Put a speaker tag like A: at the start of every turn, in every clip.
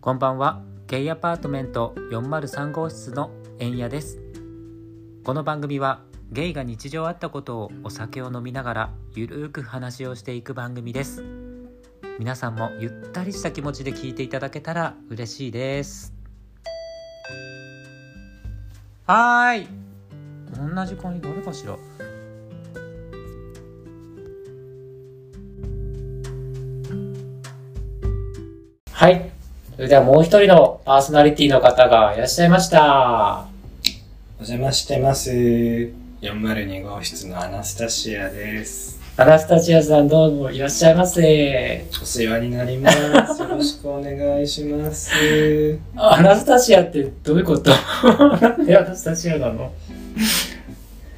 A: こんばんはゲイアパートメント403号室の円谷ですこの番組はゲイが日常あったことをお酒を飲みながらゆるーく話をしていく番組です皆さんもゆったりした気持ちで聞いていただけたら嬉しいですはーいこんな時間にどれかしら
B: はい。それではもう一人のパーソナリティの方がいらっしゃいました。
C: お邪魔してます。402号室のアナスタシアです。
B: アナスタジアさんどうもいらっしゃいませ。
C: お世話になり ます。よろしくお願いします。
B: アナスタシアってどういうこと なんでアナスタシアなの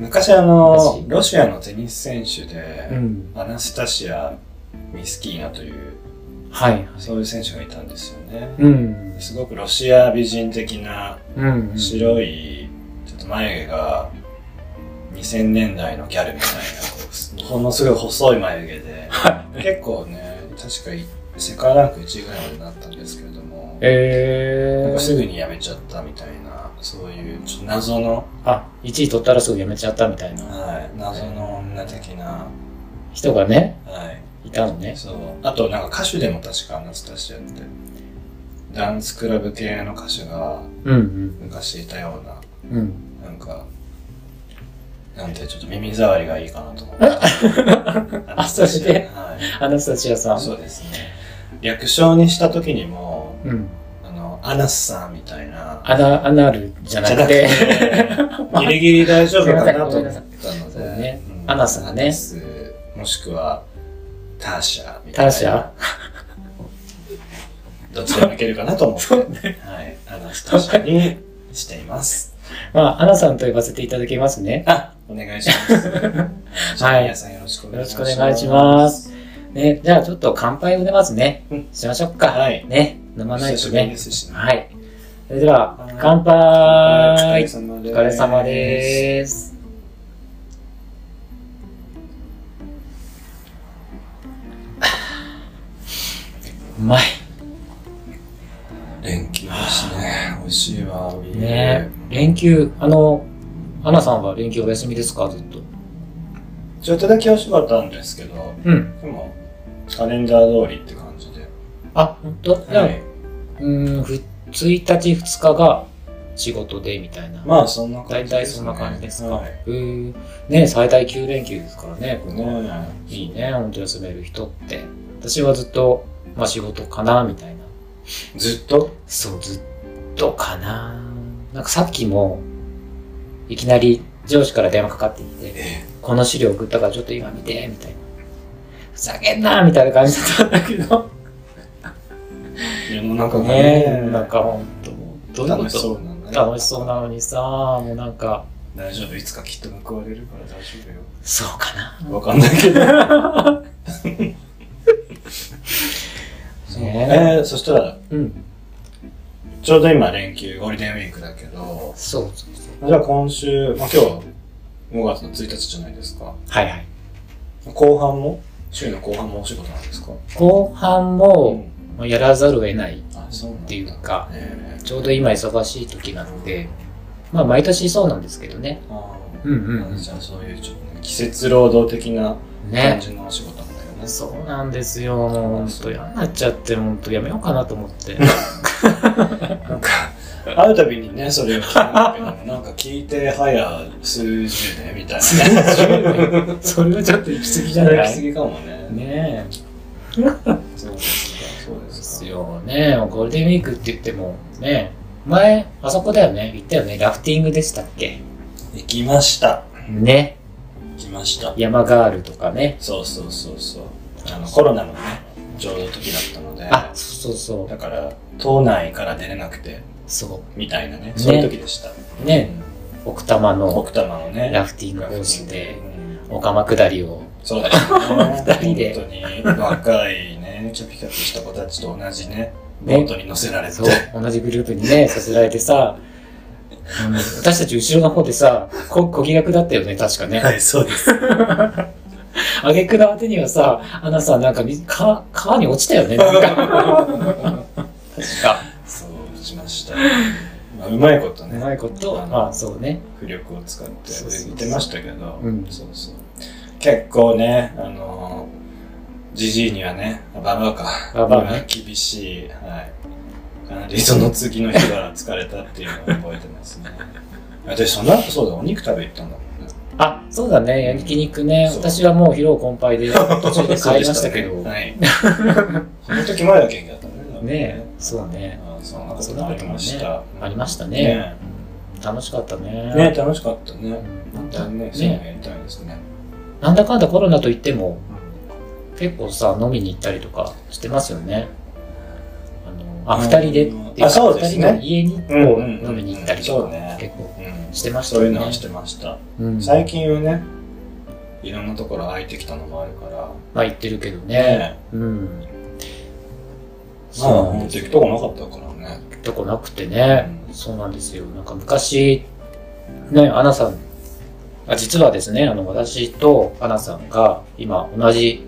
C: 昔あの
B: 私、
C: ロシアのテニス選手で、
B: ん。
C: アナスタシア・ミスキーナという、
B: はい。
C: そういう選手がいたんですよね。
B: うん。
C: すごくロシア美人的な
B: うん。
C: 白い、ちょっと眉毛が2000年代のギャルみたいな、こうものすごい細い眉毛で、結構ね、確かい世界ランク1位ぐらいまでなったんですけれども、な
B: え
C: んかす
B: ー。
C: ぐに辞めちゃったみたいな、そういうちょっと謎の、
B: あ、1位取ったらすぐ辞めちゃったみたいな
C: はい、謎の女的な、
B: 人がね、
C: はい
B: たのね
C: い、。そう。あとなんか歌手でも確かアナスタシアって、ダンスクラブ系の歌手が
B: うん
C: 昔いたような、
B: うん。うん。
C: なんか、なんてちょっと耳障りがいいかなと思って。
B: あそれで
C: は
B: アナスタシアさ
C: い。
B: ん。
C: そうですね。略称にした時にも、
B: うん。
C: あの、アナスさんみたいな。
B: アナ、アナルじゃなくて。
C: ギリギリ大丈夫かなと
B: ごめん
C: 思
B: な
C: っ
B: さ
C: た
B: い
C: の
B: そう
C: で。
B: ね
C: うん
B: アナスがね
C: アナスもしくは、ターシャみたい
B: ター
C: な。
B: シャ
C: どっちでもいけるかなと思って。はい。アナスタシャにしています。
B: まあ、アナさんと呼ばせていただきますね。
C: あ、お願いします。じゃあ皆さんよろしくお願いしま
B: よ
C: す。
B: ろしくお願いします。ね、じゃあちょっと乾杯を出ますね。
C: うん
B: しましょうか。
C: はい
B: ね、飲まない
C: 久
B: と
C: しぶり
B: ね
C: で。すしね。
B: はい。それでは
C: はい、
B: 乾
C: はい
B: 杯
C: お疲
B: お疲れ様です。 うまい。
C: す。連休だしね。美味しいわ、ビール
B: ね連休、あの、アナさんは連休お休みですかずっと。
C: ちょっとだけ惜しかったんですけど、
B: うん。
C: でも、カレンダー通りって感じで。
B: あ、ほんとじゃあ、
C: はい。
B: うーん、ふ1日2日が仕事でみたいな。
C: まあ、そんな
B: 大
C: 感じ
B: 体
C: です、
B: そんな感じですか。
C: はい。
B: へーね最大9連休ですからね、これね。
C: ね
B: いいね、本当休める人って。私はずっと、まあ仕事かな、みたいな。
C: ずっと
B: そう、ずっとかな。なんかさっきも、いきなり上司から電話かかってきて、
C: え
B: この資料送ったからちょっと今見て、みたいな。ふざけんなみたいな感じだったんだけど。
C: え世の中が
B: ね
C: ね、
B: なんかほんともう、どういうこ
C: 楽しそ
B: と
C: うなんだね。
B: 楽しそうなのにさ、もうなんか、
C: 大丈夫、いつかきっと報われるから大丈夫よ。
B: そうかな。
C: わかんないけど。 そう
B: ね
C: えーそしたら、
B: うん。
C: ちょうど今連休、ゴールデンウィークだけど、
B: そうそうそう。
C: じゃあ今週、まあ今日5月の1日じゃないですか。
B: はいはい。
C: 後半も週の後半もお仕事なんですか
B: 後半も、まあやらざるを得ない
C: あ、そうなんだ
B: っていうか
C: ええ
B: ちょうど今忙しい時なのでまあ毎年そうなんですけどね
C: あー
B: うんう
C: じゃあそういうちょっとね季節労働的な感
B: ね
C: じのお仕事なんだよね。
B: そうなんですよもうほんと嫌になっちゃってほんとやめようかなと思って
C: なんか、会うたびにね、それを聞くんだけども、なんか聞いて、早数十年みたい なね。
B: それはちょっと行き過ぎじゃな
C: 行き過
B: い
C: ぎかもね。
B: ねえ
C: そうですか、そうで
B: ですす
C: か。
B: よねゴールデンウィークって言ってもね前あそこだよね行ったよねラフティングでしたっけ
C: 行きました。
B: ね
C: 行きました。
B: 山ガールとかね
C: そうそうそうそう。あの、コロナのね、ちょうど時だったので、
B: あそうそうそう
C: だから、島内から出れなくて、
B: そ
C: みたいなね
B: ね、
C: そういう時でした。
B: うね奥多摩の
C: 奥多摩のね、
B: ラフティングコースで
C: うん
B: お釜下りを。
C: そうだよね
B: 二人で
C: 本当に若いね、キャピキャピした子たちと同じね、ボ
B: ね
C: ートに乗せられて。
B: そう同じグループに ねさせられてさ、うん私たち後ろの方でさここぎ役だったよね確かね
C: い、そ うです。
B: 挙句の果てにはさあのさなんかみか川に落ちたよねなんか確か
C: まあうまいこと
B: う
C: ね、
B: まいこと、
C: あの
B: まあそうね。
C: 浮力を使って
B: そうそうそう
C: 言ってましたけど、
B: うん
C: そうそう結構ね、あのじじいにはね、ババアか、
B: ババアね
C: には厳しい、はい。かなりその次の日から疲れたっていうのを覚えてますね。私、その後そうだ、お肉食べ行ったんだもんね。
B: あ、そうだね。焼肉ね。
C: そう
B: 私はもう疲労困憊で途 中で帰りましたけど。
C: そうで
B: ね
C: したねはい。その時までは元気だったね。
B: え、そうね。
C: あそんなこともありました。
B: ありましたね
C: ね
B: うん楽しかったね。
C: えねえ楽しかったね。
B: ま
C: だ
B: た
C: ね、そういうの
B: ね。
C: やりたいですね。
B: なんだかんだコロナといっても、結構さ、飲みに行ったりとかしてますよね。あの、あ、
C: うん
B: 二人でってい
C: あそうです
B: 二人
C: ね
B: の家にこう
C: うんうんうん
B: 飲みに行ったりと
C: そ
B: か
C: うね、
B: 結構
C: うん
B: してました
C: そう
B: よ
C: い
B: ね。
C: うのはしてました。
B: うん
C: 最近はね、いろんなところ空いてきたのもあるから、
B: まあ行ってるけどね。
C: ね
B: うん。
C: え、まあ、
B: そうなん
C: ほん
B: で
C: と
B: す
C: 行
B: よ
C: くとこなかったからね。
B: とこなくてね、
C: うん
B: そうなんですよなんか昔ねアナさんあ実はですねあの私とアナさんが今同じ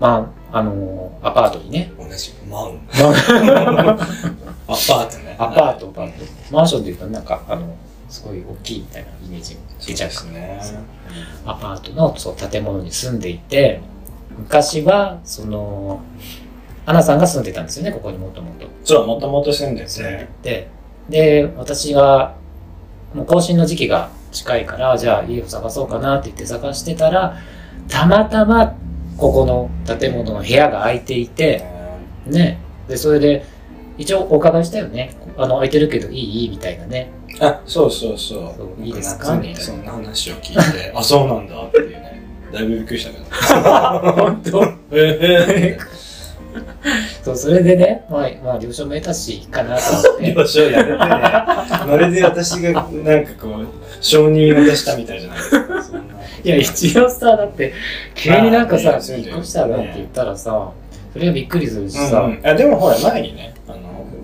B: まああのアパートにね
C: 同じ、マン。
B: マン
C: アパートね。
B: アパートアパートマンションでいうとなんかあのすごい大きいみたいなイメージ
C: そう
B: 出
C: で
B: ちゃう
C: すね。
B: アパートのそう建物に住んでいて昔はそのアナさんが住んでたんですよねここにもともと。
C: そう、もともと住んで
B: 住んで
C: て、
B: て、で、私が、もう更新の時期が近いから、じゃあ家を探そうかなって言って探してたら、たまたま、ここの建物の部屋が空いていて、
C: ね
B: ね。で、それで、一応お伺いしたよね。あの、空いてるけどいいいいみたいなね。
C: あ、そうそうそ
B: そう
C: う。
B: いいですか
C: なん夏にそんな話を聞いて、 あ、そうなんだっていうね。だいぶびっくりしたけど。
B: 本当
C: ええ
B: そう、それでね、まあ、まあ、了承も得たし、いいかなと思っ て。
C: 了承やめてね。まるで私がなんかこう、承認を出したみたいじゃないですか。そんない
B: や、一応さ、だって、急になんか
C: ま
B: さ
C: あ、ね
B: 引っ越したらって言ったらさ、それはびっくりするしさ、
C: うんうんあでもほら前にねあの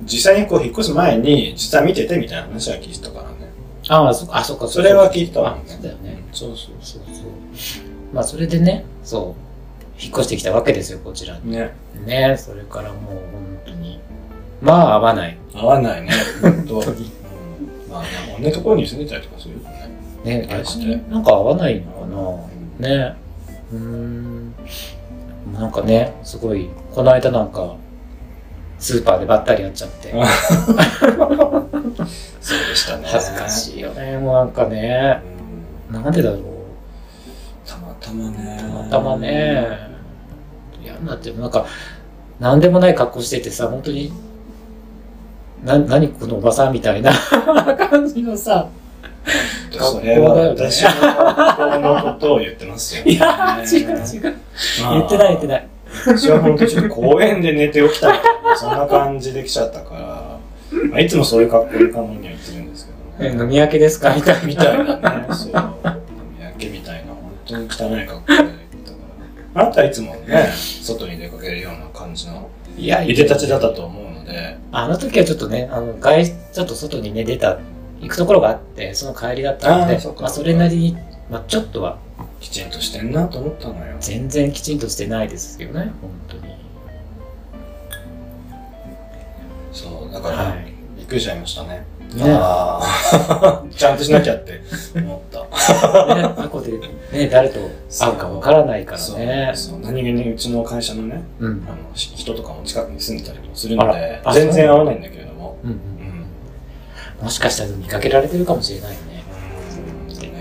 C: 実際にこう引っ越す前に実は見ててみたいな話は聞いてたからね
B: ああ、そっか、あ、そっか、
C: それは聞いた
B: あ
C: わ
B: そうだよね。
C: そうそう
B: そうそう。まあ、それでね、そう、引っ越してきたわけですよ、こちらに。
C: ね
B: ね、それからもう本当に。まあ、合わない。
C: 合わないね本当
B: 本当に
C: うんまあね同じところに住んでたりとかするよね
B: ね、
C: 大
B: 逆
C: して
B: になんか合わないのかな。ね。うーん。なんかね、すごい、この間なんか、スーパーでばったり会っちゃって。
C: あそうでしたね
B: 恥ずか
C: い、
B: しいよね、もうなんかね。
C: うん
B: なんでだろう。
C: たまたまね
B: たまたまね嫌になってもなんか何でもない格好しててさ本当にな何このおばさんみたいな 感じのさ
C: それは私の学校のことを言ってますよ、ね、
B: いやー 違う違う言ってない言って
C: い
B: ない
C: 私は本当ちょっと公園で寝て起きたみたいなそんな感じで来ちゃったから、まあ、いつもそういう格好で彼女には行ってるんですけ
B: え
C: どね
B: 飲み明けですかみたい
C: み
B: な
C: たいなねそう三宅みたいな本当に汚い格好で行ったからあなたはいつもね外に出かけるような感じの
B: いや
C: いでたちだったと思うので
B: あの時はちょっとねあの外出ちょっと外にね出た行くところがあってその帰りだったの
C: あー
B: で
C: そうか
B: まあ、それなりに、まあ、ちょっとは
C: きちんとしてんなと思ったのよ
B: 全然きちんとしてないですよね本当に
C: そうだから、
B: はい
C: びっくりしちゃいましたね
B: ね
C: ああ ちゃんとしなきゃって思った
B: ね、過去で、ね、誰と会うかわからないからね。
C: そうそう何気にうちの会社のね
B: う
C: あ
B: ん。
C: のし人とかも近くに住んでたりもするの
B: あ
C: で
B: らあ
C: 全然合わないんだけれども
B: うんう
C: うん
B: ん、もしかしたら見かけられてるかもしれないよね。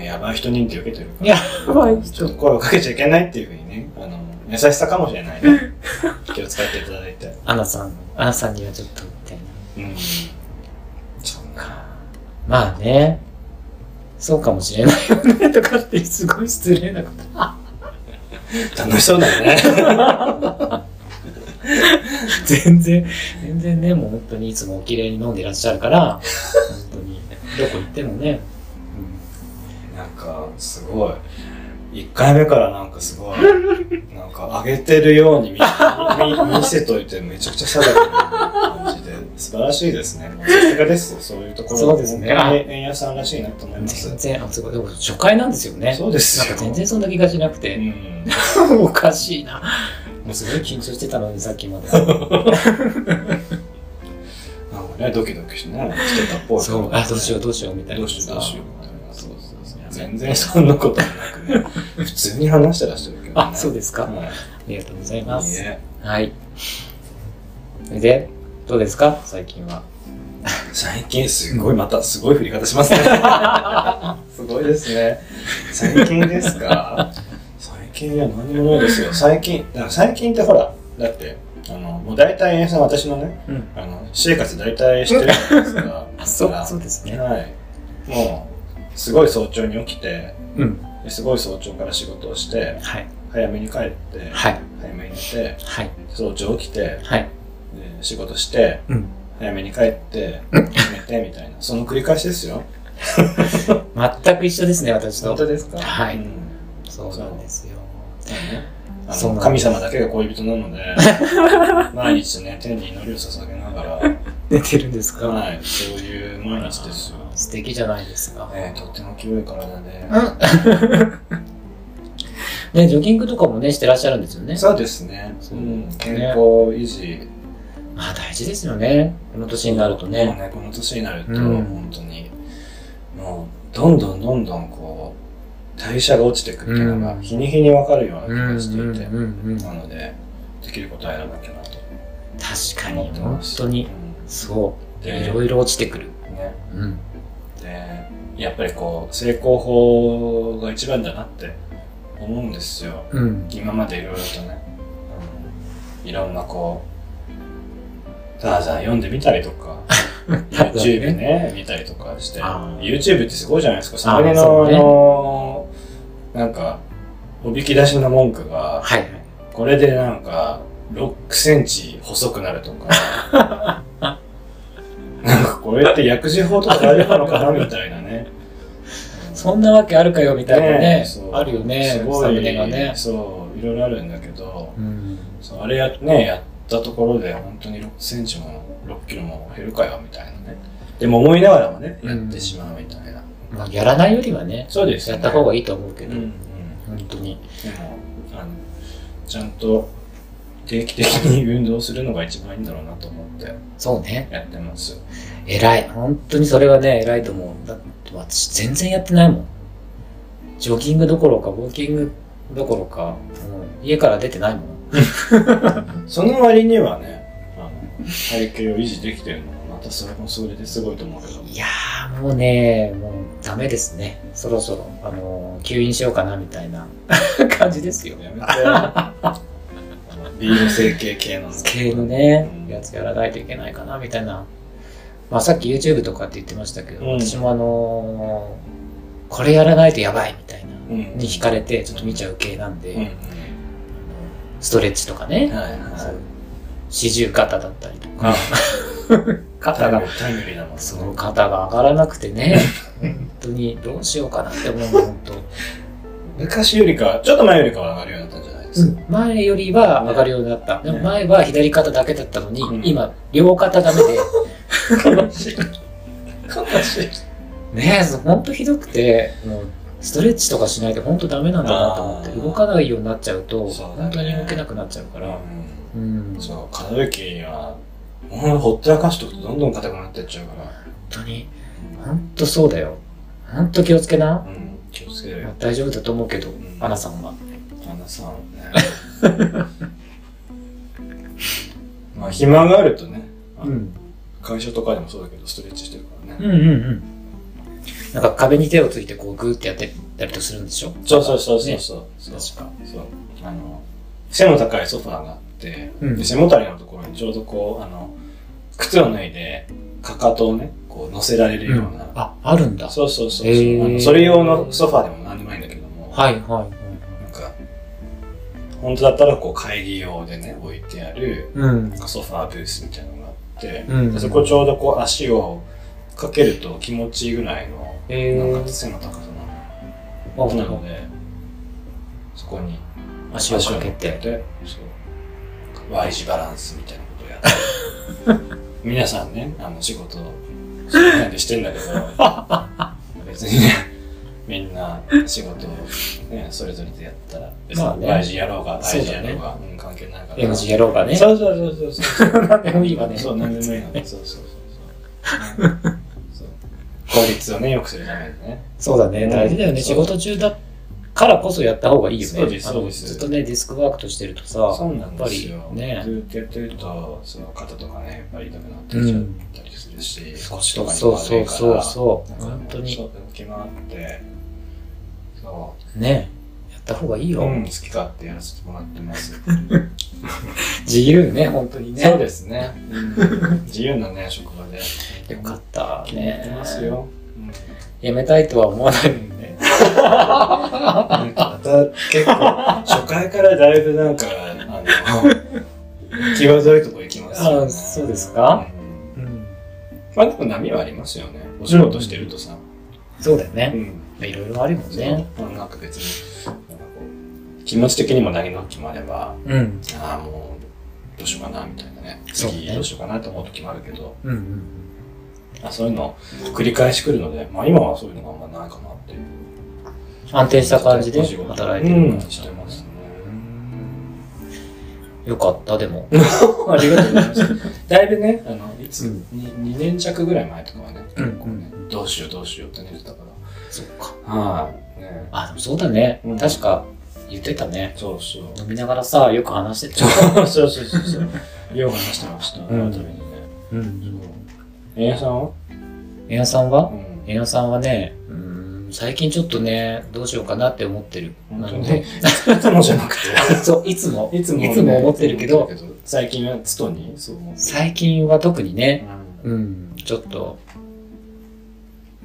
C: うんやばい人認定受けてるから
B: やばい
C: ちょっと声をかけちゃいけないっていうふうにねあの優しさかもしれないね気を使っていただいて
B: アナさん、アナさんにはちょっとみたいな。
C: うんそんな
B: まあね、そうかもしれないよね、とかってすごい失礼なこと。
C: 楽しそう だね
B: 全然、全然ね、もう本当にいつもお綺麗に飲んでいらっしゃるから、本当に、どこ行ってもね。
C: なんかすごい1回目からなんか すごいなんか上げてるように見見見せといてめちゃくちゃ定かな感じで素晴らしいですねもうさすがですそういうところ
B: そうですね
C: 本当に円安さんらしいなと思い
B: うん、
C: ます
B: 全然、あ、すごい、でも初回なんですよね。
C: そうですよ
B: なんか全然そんな気がしなくて。
C: うん
B: おかしいな。 もうすごい緊張してたのに、さっきまで。
C: なんかかね、ドキドキしながらしてたっぽい。
B: そう、あ、どうしようどうしようみたい
C: ど
B: な
C: うしようどうしようみたいな。
B: そうそうそう
C: 全然そんなことはな くね、普通に話してらっしゃるけど、ね。
B: あ、そうですか、あ
C: はい
B: りがとうございます。
C: いいえ
B: はい。それで、どうですか最近は。
C: 最近すごい、またすごい振り方しますね。 すごいですね。最近ですか最近は何もないですよ。最近、だから最近ってほら、だって、あの、もう大体、その私のね、
B: うん。。
C: あの、私生活大体してるじゃないですか
B: あ、そ
C: だ
B: う、
C: か
B: そうです
C: ら
B: ね。
C: はい。もう、すごい早朝に起きて、
B: うん。
C: ですごい早朝から仕事をして、
B: はい。
C: 早めに帰って、
B: はい。
C: 早めに寝て、
B: はい。
C: 早朝起きて、
B: はい。
C: で仕事して、
B: うん。
C: 早めに帰 って、寝てみたいな、その繰り返しですよ。
B: 全く一緒ですね、私と。
C: ですか
B: はい
C: うん
B: そうなんですよ。
C: あ
B: そう
C: の
B: なん
C: 神様だけが恋人な ので、毎日ね、天に祈りを捧げな がら、
B: 寝てるんですか、
C: はい、そういう毎日ですよ。
B: 素敵じゃないですか。
C: ね、とっても清い体で。
B: ね、ジョギングとかもね、してらっしゃるんですよね。
C: そうですね。
B: そううん
C: 健
B: ね
C: 康維持。
B: まあ大事ですよね。この年になると
C: もう
B: ね。
C: この年になると、
B: うん
C: 本当に、もう、どんどんどんどんこう、代謝が落ちていくっていうの
B: う
C: が、
B: ん
C: 日に日にわかるような気がしていて、
B: うん。
C: なので、できることはやらなきゃなと
B: 確か
C: 思
B: に
C: っ、て
B: 本
C: ます。
B: 当に
C: う。ん
B: そう。い
C: で
B: ろいろ落ちてくる。
C: ね
B: うん。
C: でやっぱりこう成功法が一番だなって思うんですよ
B: うん。
C: 今までいろいろとね、うん、いろんなこうターザン読んでみたりと か YouTube ね見たりとかして
B: あー
C: YouTube ってすごいじゃないですかそれ
B: そう
C: の、
B: ね
C: あのなんかおびき出しの文句が
B: はいはい。
C: これでなんか、6センチ細くなるとか、 なんかこれって薬事法とか大丈夫なのかなみたいなね。
B: そんなわけあるかよみたいな
C: ね
B: ね
C: えそ。う
B: あるよね。
C: すご
B: サ
C: い
B: ムネがね。
C: そう、いろいろあるんだけど、
B: うん。
C: そうあれや、ね、やったところで本当に6センチも6キロも減るかよみたいなね。でも思いながらもね、
B: うん
C: やってしまうみたいな。
B: まあやらないよりはね、
C: そうです
B: やった方が
C: いい
B: いいと思うけ
C: け
B: ど
C: ど。う、んうん
B: 本当に。
C: でもあのちゃんと定期的に運動するのが一番いいんだろうなと思って
B: そうね。
C: やってます
B: 偉い。本当にそれはね、偉いと思う。だって私全然やってないもん。ジョギングどころか、ウォーキングどころか、うん家から出てないもん。
C: その割にはねあの体型を維持できてるのもまたそれもそれですごいと思うけど
B: いやー、もうね、もうダメですね。そろそろ、あのー、吸引しようかなみたいな 感じですよ。
C: やめてあのビール成形系なの
B: 系のね
C: う、ん
B: やつやらないといけないかなみたいな。まあさっき YouTube とかって言ってましたけど、
C: うん
B: 私もあのーこれやらないとやばいみたいな、
C: うん
B: に惹かれてちょっと見ちゃう系なんで、
C: うんうん
B: ストレッチとかね、
C: はい
B: そう
C: は
B: 四十肩だったりとか、
C: い
B: 肩
C: タイ
B: が
C: ム、タイムリーだもんね
B: そう、肩が上がらなくて ね、本当にどうしようかなって思うの、本当。
C: 昔よりかちょっと前よりかは上がるようになったんじゃないですか、
B: 前よりは上がるようになった、
C: ね
B: でも前は左肩だけだったのに、
C: うん
B: 今両肩ダメで
C: 悲しい悲しい
B: ねえほんとひどくてもうストレッチとかしないとほんとダメなんだなと思って
C: あー
B: 動かないようになっちゃうと
C: そうだ
B: 本
C: ね
B: 当に動けなくなっちゃうか
C: う
B: ら、
C: ん
B: うん、本
C: そう、肩抜きは、ほんほったらかしとくとどんどん硬くなってっちゃうから。
B: 当にほんとそうだよほんと気をつけな、
C: うん、気をつける
B: まあ
C: よ。
B: 大丈夫だと思うけど、
C: ん
B: アナさんは
C: 旦那さんね。 まあ、暇があるとね、あの会社とかでもそうだけど、ストレッチしてるから
B: う
C: ね。
B: んうんうんなんか壁に手をついてこうグーってやってたりとするんでしょ
C: そうそうそうそう
B: ね
C: そう。そう
B: 確か
C: そう。あの、背の高いソファーがあって、
B: うん
C: で背もたれのところにちょうどこう、あの、靴を脱いで、かかとをね、こう乗せられるような。
B: ああるんだ
C: そうそうそうそう、
B: へー
C: あの。それ用のソファーでも何でもいいんだけども。
B: はいはい
C: なんか、本当だったらこう会議用でね、置いてある、
B: うん
C: なんかソファーブースみたいなのがあって、
B: うん
C: でそこちょうどこう足をかけると気持ちいいぐらいの、
B: えー、
C: なんか背の高さ
B: あ
C: なの。なので、そこに
B: 足をかけて
C: 足を乗っそう。なんか Y 字バランスみたいなことをやって。 皆さんね、あの仕事をそんなんでしてんだけど、 別にね、みんな仕事を、ね、それぞれでやったら、別
B: まあね
C: に Y 字やろうが、
B: そ
C: I
B: う
C: 字
B: だ
C: や
B: ね
C: ろうが、うん関係ないから。
B: M 字やろうがね。
C: そうそうそうそうそ う。
B: 何でもいいわね。
C: そう、なんでもいいのね。そうそうそう そう効率をね、良くするためにね。
B: そうだね、
C: うん
B: 大事だよね。
C: そ
B: 仕
C: う
B: 事中だからこそやった方がいいよね。
C: そうです
B: あの
C: そうです
B: ずっとね、ディスクワークとしてるとさ、
C: そうなんですよ
B: やっ。ぱりね
C: ずっとやってると、その肩とかね、やっぱり痛くなってきちゃったりするし、腰とかに
B: そうそうそう
C: う。
B: そう。
C: なんか
B: 本当
C: そう
B: に。
C: 動き回って、そ、
B: ね、やった方がいいうよ。
C: うん、好き勝手やらせてもらってます。
B: 自由ね、本当にね。
C: そうですね。自由なね、職場で。
B: よかった
C: 気に入っ
B: ね
C: て。ますよ。うん
B: やめたいとは思わないもんね。
C: なんかまた結構、初回からだいぶなんか、あの、 際どいとこ行きますよ、ね。
B: あそうですか
C: うん
B: うん。
C: まあでも波はありますよね。お仕事してるとさ。
B: そうだよ
C: う
B: ね。
C: ん。
B: いろいろあるもんね。
C: そうなんか別に、なんかこう、気持ち的にも何の時もあれば、
B: うん。
C: ああ、もう、どうしようかな、みたいなね。
B: そうね
C: 次、どうしようかなと思う時もあるけど、
B: うんうん。
C: あそういうの繰り返し来るので、まあ今はそういうのがあんまないかなっていう。
B: 安定した感じで
C: お仕事
B: 働いてる
C: うん
B: 感じ
C: し
B: だ
C: てますね。
B: よかった、でも。
C: ありがとうござい ます。だいぶね、あの、い
B: う
C: つ、うん2年弱ぐらい前とかはね、
B: うん
C: 結構ね、どうしようどうしようって寝てたか
B: そっか。
C: ら。はい、ね。
B: あ、でもそうだね
C: う。ん
B: 確か言ってたね。
C: そうそう。
B: 飲みながらさ、よく話してた。
C: そうそうそうそう。よう話してました。
B: うん
C: あの度にね。
B: うん。
C: えやさんは
B: エアさんは
C: ん。
B: エアさんはね、うーん、最近ちょっとね、どうしようかなって思ってる。
C: 本
B: な
C: 当
B: の
C: に
B: で
C: ね、。いつもじゃなくて。
B: そう、いつも、
C: いつもね、
B: 思ってるけど、
C: 最近はつとに、そう思って
B: 最近は特にね、
C: うん
B: うん、ちょっと、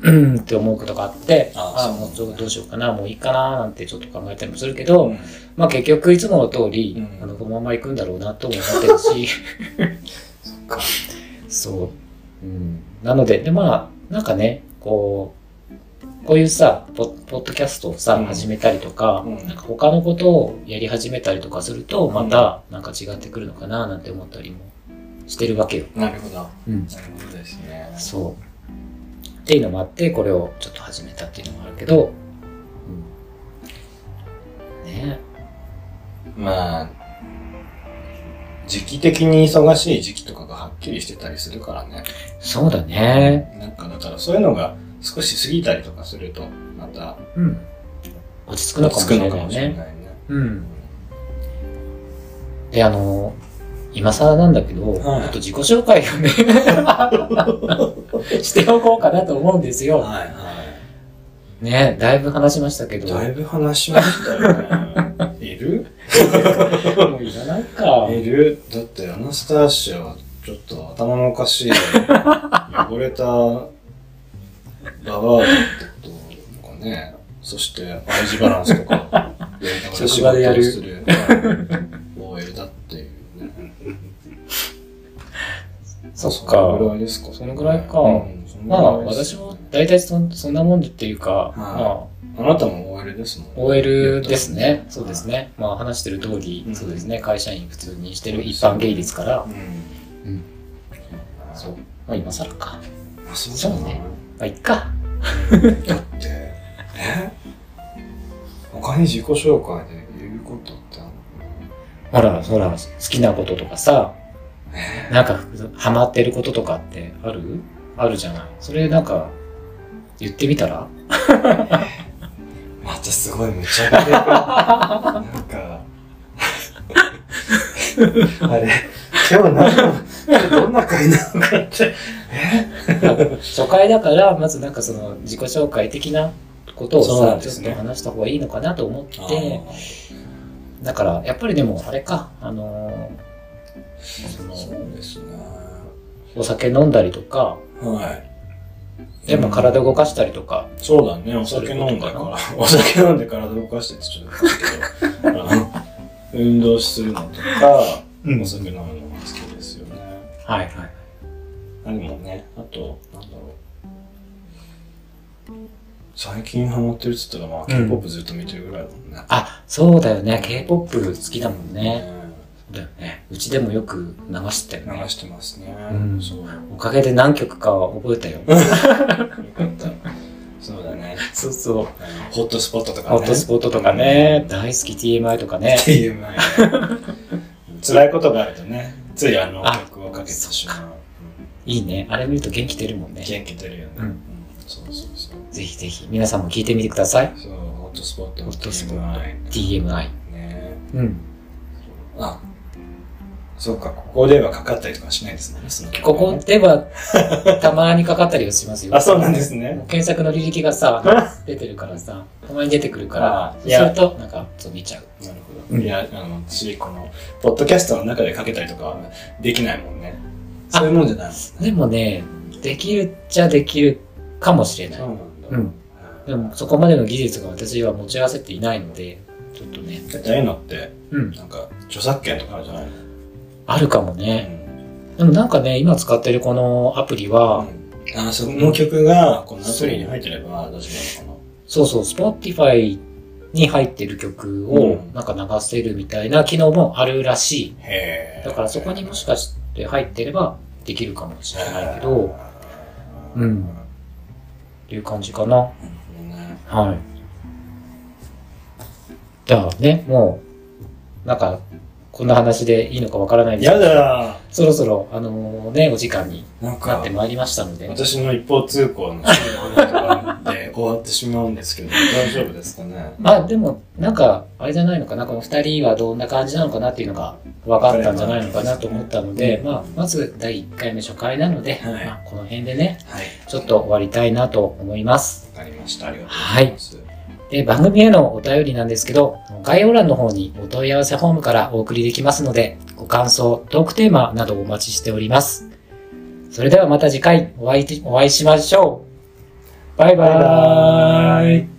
B: うんって思うことがあって、
C: あ
B: あ
C: そう
B: もうちょっとどうしようかな、もういいかななんてちょっと考えたりもするけど、まあ結局いつもの通り、
C: うん
B: あのこのまま行くんだろうなとも思ってるし、
C: そっか。
B: そう。うん、なので、でまあ、なんかね、こう、こういうさ、ポッポッドキャストをさ、
C: うん
B: 始めたりとか、
C: うん
B: なんか他のことをやり始めたりとかすると、またなんか違ってくるのかななんて思ったりもしてるわけよ。
C: なるほど。な
B: うん、
C: るほどですね。
B: そう。っていうのもあって、これをちょっと始めたっていうのもあるけど、うん、ね
C: まあ、時期的に忙しい時期とかがはっきりしてたりするからね。
B: そうだね。
C: なんかだからそういうのが少し過ぎたりとかすると、また
B: うん。落ち着くのかもしれないよね。
C: いね。
B: うん。で、あの、今更なんだけど、
C: はい
B: ちょっと自己紹介をね、 しておこうかなと思うんですよ。
C: はいは
B: ね、だいぶ話しましたけ
C: い。
B: ど、
C: だいぶ話しました よね。いる
B: もういらないか。
C: いるだってアナスターシアはちょっと頭のおかしい汚れたババアだってこととかねそして愛ジバランスとか
B: 職場でやる
C: 仕事をするはい OL だっていうね
B: そっ
C: そのぐ
B: か。
C: らいですか
B: そのぐらいか
C: うんそのぐ
B: ま
C: ら
B: あ、
C: いです
B: 私も大体そんそんなもんでっていうか、
C: い
B: まあ、
C: あなたも OL ですもん
B: OL ですね。そうですね。まあ話してる通り、
C: うん
B: そうですね。会社員普通にしてる一般ゲイですから
C: う。ん、
B: うん
C: そ
B: そうう。まあ今更か。
C: あそう
B: そう
C: だ
B: ね
C: な
B: まあいっか。
C: だって、え他に自己紹介で言うことってあるの
B: ほら、ほら、好きなこととかさ、なんかハマってることとかってあるあるじゃない。それなんか、言ってみた ら
C: またすごい無茶ぶりが。なんか、 あれ、今日なんか、どんな回なのかって。
B: 初回だから、まずなんかその自己紹介的なことを
C: そうな
B: さ、
C: んで
B: ち
C: す
B: ょっ
C: ね
B: と話した方がいいのかなと思って、だからやっぱりでもあれか、あのーその
C: そうですね。
B: お酒飲んだりとか、
C: はい。
B: でも体動かしたりとか、
C: そうだね、お酒飲んだから、お酒飲んで体動かしてってちょっと言ったけど、あの運動するの とか、
B: うん
C: お酒飲むのが好きですよね。
B: はいはい。
C: あでもね、あと、なんだろう。最近ハマってるっつったら、まあ、
B: うん
C: K-POP ずっと見てるぐらいだもんね。
B: あ、そうだよね。K-POP 好きだもんね。
C: ね
B: そうだよね。うちでもよく流してたよね
C: 流。してますね。
B: うん
C: そう。よ
B: おかげで何曲かは覚えたよ。
C: かった。そうだね。
B: そうそう。
C: あのホットスポットとかね。
B: ホットスポットとかね、大好き TMI とか ね。
C: っていう前に辛いことがあるとね、ついあの
B: あ
C: 曲をかけてしまう。
B: いいね。あれ見ると元気出るもんね。
C: 元気出るよね。
B: うん
C: そうそうそう。
B: ぜひぜひ、皆さんも聞いてみてください。
C: そう、ホットスポット。
B: ホットスポット
C: TMI
B: TMI。
C: ね
B: うん。
C: あ、そうか、ここではかかったりとかしないですね。その
B: ここでは、たまにかかったりはしますよ。
C: あ、そうなんですね。
B: 検索の履歴が さ、出てるからさ、たまに出てくるから
C: あ、
B: そ
C: いや
B: れと、なんか、そう見ちゃう。
C: なるほ
B: うん
C: ど。いや、あの、私、この、ポッドキャストの中でかけたりとかはできないもんね。そういうもんじゃないも
B: でもね、できるっちゃできるかもしれない。
C: んね。そう
B: う
C: なんだ。
B: ん。でも、そこまでの技術が私は持ち合わせていないので、ちょっとね。
C: だってああいうのって、
B: うん。
C: なんか、著作権とかあるじゃないの
B: あるかも
C: う
B: ね。
C: ん
B: でもなんかね、今使ってるこのアプリは、
C: あ、その曲が、このアプリに入ってれば、大丈夫なのか
B: そうそう、Spotify に入ってる曲を
C: うん
B: なんか流せるみたいな機能もあるらし
C: な。へ
B: い。
C: え。
B: だからそこにもしかして入ってればできるかもしれないけど、っ
C: あー、
B: うんていう感じかな。
C: ね
B: はい。じゃあね、もう、なんか、こんな話でいいのかわからないんですけ
C: や
B: ど、
C: だ
B: そろそろ、あのね、お時間に
C: ーなん
B: なっ
C: か
B: て、まいりましたので、
C: 私の一方通行の仕事 で終わってしまうんですけど、大丈夫ですかね
B: まあでも、なんか、あれじゃないのかな、この二人はどんな感じなのかなっていうのが分かったんじゃないのかなと思ったので、まあ、まず第1回目初回なので、
C: はい
B: まあこの辺でね、
C: はい。
B: ちょっと終わりたいなと思います。
C: わかりました。ありがとうございます。
B: で、番組へのお便りなんですけど、概要欄の方にお問い合わせフォームからお送りできますので、ご感想、トークテーマなどお待ちしております。それではまた次回お会いしお会いしましょう。バイバ
C: バイバ
B: ー
C: ー
B: イ
C: イ